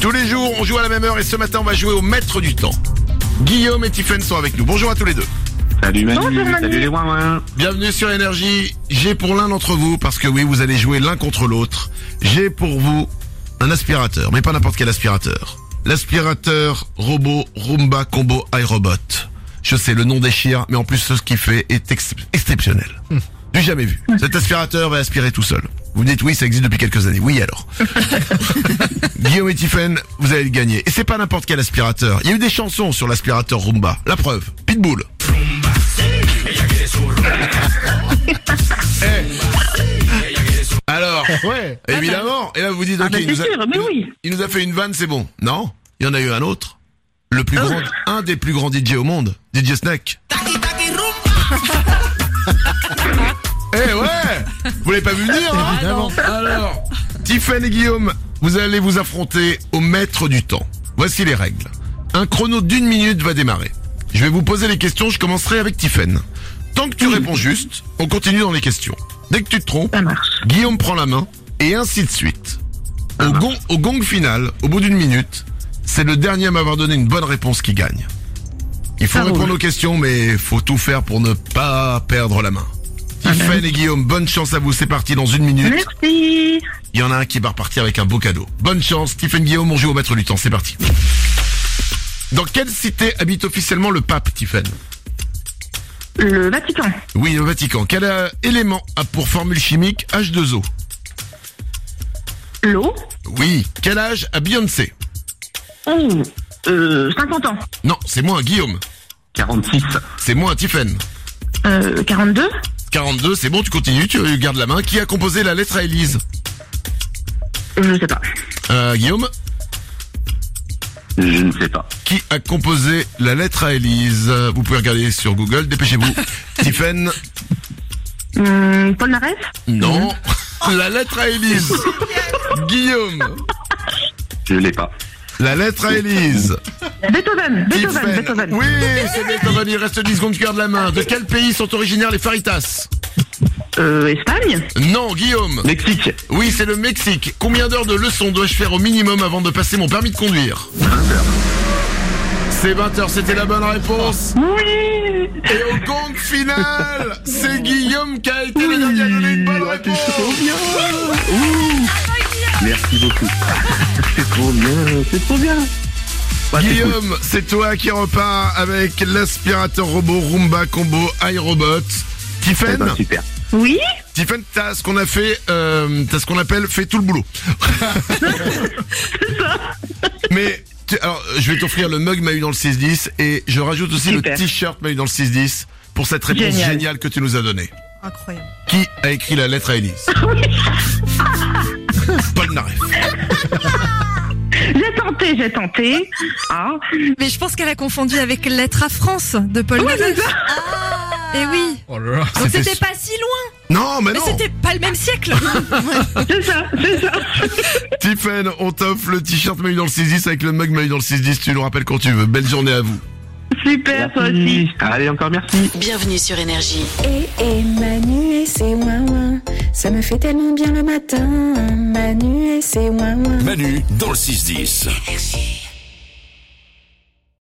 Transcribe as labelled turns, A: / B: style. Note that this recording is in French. A: Tous les jours, on joue à la même heure et ce matin, on va jouer au maître du temps. Guillaume et Tiffen sont avec nous. Bonjour à tous les deux.
B: Salut Manu,
C: Bonjour, Manu.
B: salut les ouin
A: Bienvenue sur Énergie. J'ai pour l'un d'entre vous, parce que oui, vous allez jouer l'un contre l'autre. J'ai pour vous un aspirateur, mais pas n'importe quel aspirateur. L'aspirateur robot Roomba Combo iRobot. Je sais, le nom déchire, mais en plus ce qu'il fait est ex- exceptionnel. Du jamais vu. Cet aspirateur va aspirer tout seul. Vous me dites oui, ça existe depuis quelques années. Oui alors. Guillaume et Tiffen, vous allez le gagner. Et c'est pas n'importe quel aspirateur. Il y a eu des chansons sur l'aspirateur Roomba. La preuve, Pitbull. Eh. Alors,
D: Ouais.
A: évidemment, et là vous vous dites, ok,
C: ben,
A: il,
C: c'est
A: nous a,
C: sûr, mais
A: il nous-
C: oui.
A: il nous a fait une vanne, c'est bon. Non, il y en a eu un autre. Le
C: Ah.
A: plus grand, un des plus grands DJ au monde, DJ Snack. Eh ouais Vous l'avez pas vu venir, hein
D: Évidemment.
A: Alors, Tiffen et Guillaume, vous allez vous affronter au maître du temps. Voici les règles. Un chrono d'une minute va démarrer. Je vais vous poser les questions, je commencerai avec Tiffen. Tant que tu réponds juste, on continue dans les questions. Dès que tu te trompes,
C: Ça marche.
A: Guillaume prend la main, et ainsi de suite. Au gong, au gong final, au bout d'une minute, c'est le dernier à m'avoir donné une bonne réponse qui gagne. Il faut
C: Ça
A: répondre
C: roule.
A: aux questions, mais faut tout faire pour ne pas perdre la main. Tiffen et Guillaume, bonne chance à vous, c'est parti dans une minute.
C: Merci.
A: Il y en a un qui va repartir avec un beau cadeau. Bonne chance, Tiffen Guillaume, on joue au maître du temps, c'est parti. Dans quelle cité habite officiellement le pape, Tiffen
C: Le Vatican.
A: Oui, le Vatican. Quel euh, élément a pour formule chimique H2O
C: L'eau.
A: Oui. Quel âge a Beyoncé
C: Oh. Euh, 50 ans.
A: Non, c'est moi, Guillaume.
B: 46,
A: C'est moi, Tiffen.
C: Euh, 42.
A: 42, c'est bon, tu continues, tu euh, gardes la main. Qui a composé la lettre à Élise
C: Je sais pas.
A: Euh, Guillaume
B: je ne sais pas.
A: Qui a composé la lettre à Élise Vous pouvez regarder sur Google, dépêchez-vous. Tiffen
C: Hum, Paul Naref.
A: Non. La lettre à Élise. Guillaume.
B: Je l'ai pas.
A: La lettre à Élise.
C: Beethoven. Beethoven.
A: Tiffen.
C: Beethoven.
A: Oui, c'est Beethoven. Il reste 10 secondes, tu gardes la main. De quel pays sont originaires les Faritas
C: Euh, Espagne.
A: Non, Guillaume.
B: Mexique,
A: Oui, c'est le Mexique. Combien d'heures de leçons dois-je faire au minimum avant de passer mon permis de conduire
B: 20 heures.
A: C'est 20 heures, c'était la bonne réponse.
C: Oui.
A: Et au gong final, c'est Guillaume qui a été le dernier à donner une bonne réponse.
B: Merci beaucoup. C'est trop bien, c'est trop bien. Ouais, c'est Ah, cool.
A: Guillaume, c'est toi qui repars avec l'aspirateur robot Roomba Combo iRobot.
B: Eh
A: Tiffen,
B: ben, super.
C: Oui.
A: Tiffen, t'as ce qu'on a fait, euh, t'as ce qu'on appelle fait tout le boulot. Mais tu- alors, je vais t'offrir le mug Mahu dans le 610 et je rajoute aussi
C: Super.
A: le t-shirt Mahu dans le 610 pour cette réponse
C: Génial.
A: géniale que tu nous as donnée.
E: Incroyable.
A: Qui a écrit la lettre à Elise Paul Naref.
C: J'ai tenté. J'ai tenté. Ah.
E: Mais je pense qu'elle a confondu avec Lettre à France de Paul
C: Oui,
E: Naref.
C: c'est ça.
E: Et oui.
D: Oh là là.
E: Donc
A: C'était
E: c'était
A: su-
E: pas si loin.
A: Non, mais
E: Mais
A: non.
E: c'était pas le même siècle.
C: C'est ça. C'est ça.
A: Tiffen, on t'offre le t-shirt Mahu dans le 610 avec le mug Mahu dans le 610. Tu nous rappelles quand tu veux. Belle journée à vous.
C: Super. Toi aussi.
B: Allez, encore merci.
F: Bienvenue sur Énergie.
G: Et, et Manu et ses ouin ça me fait tellement bien le matin. Manu et ses ouin
H: Manu dans le 6-10.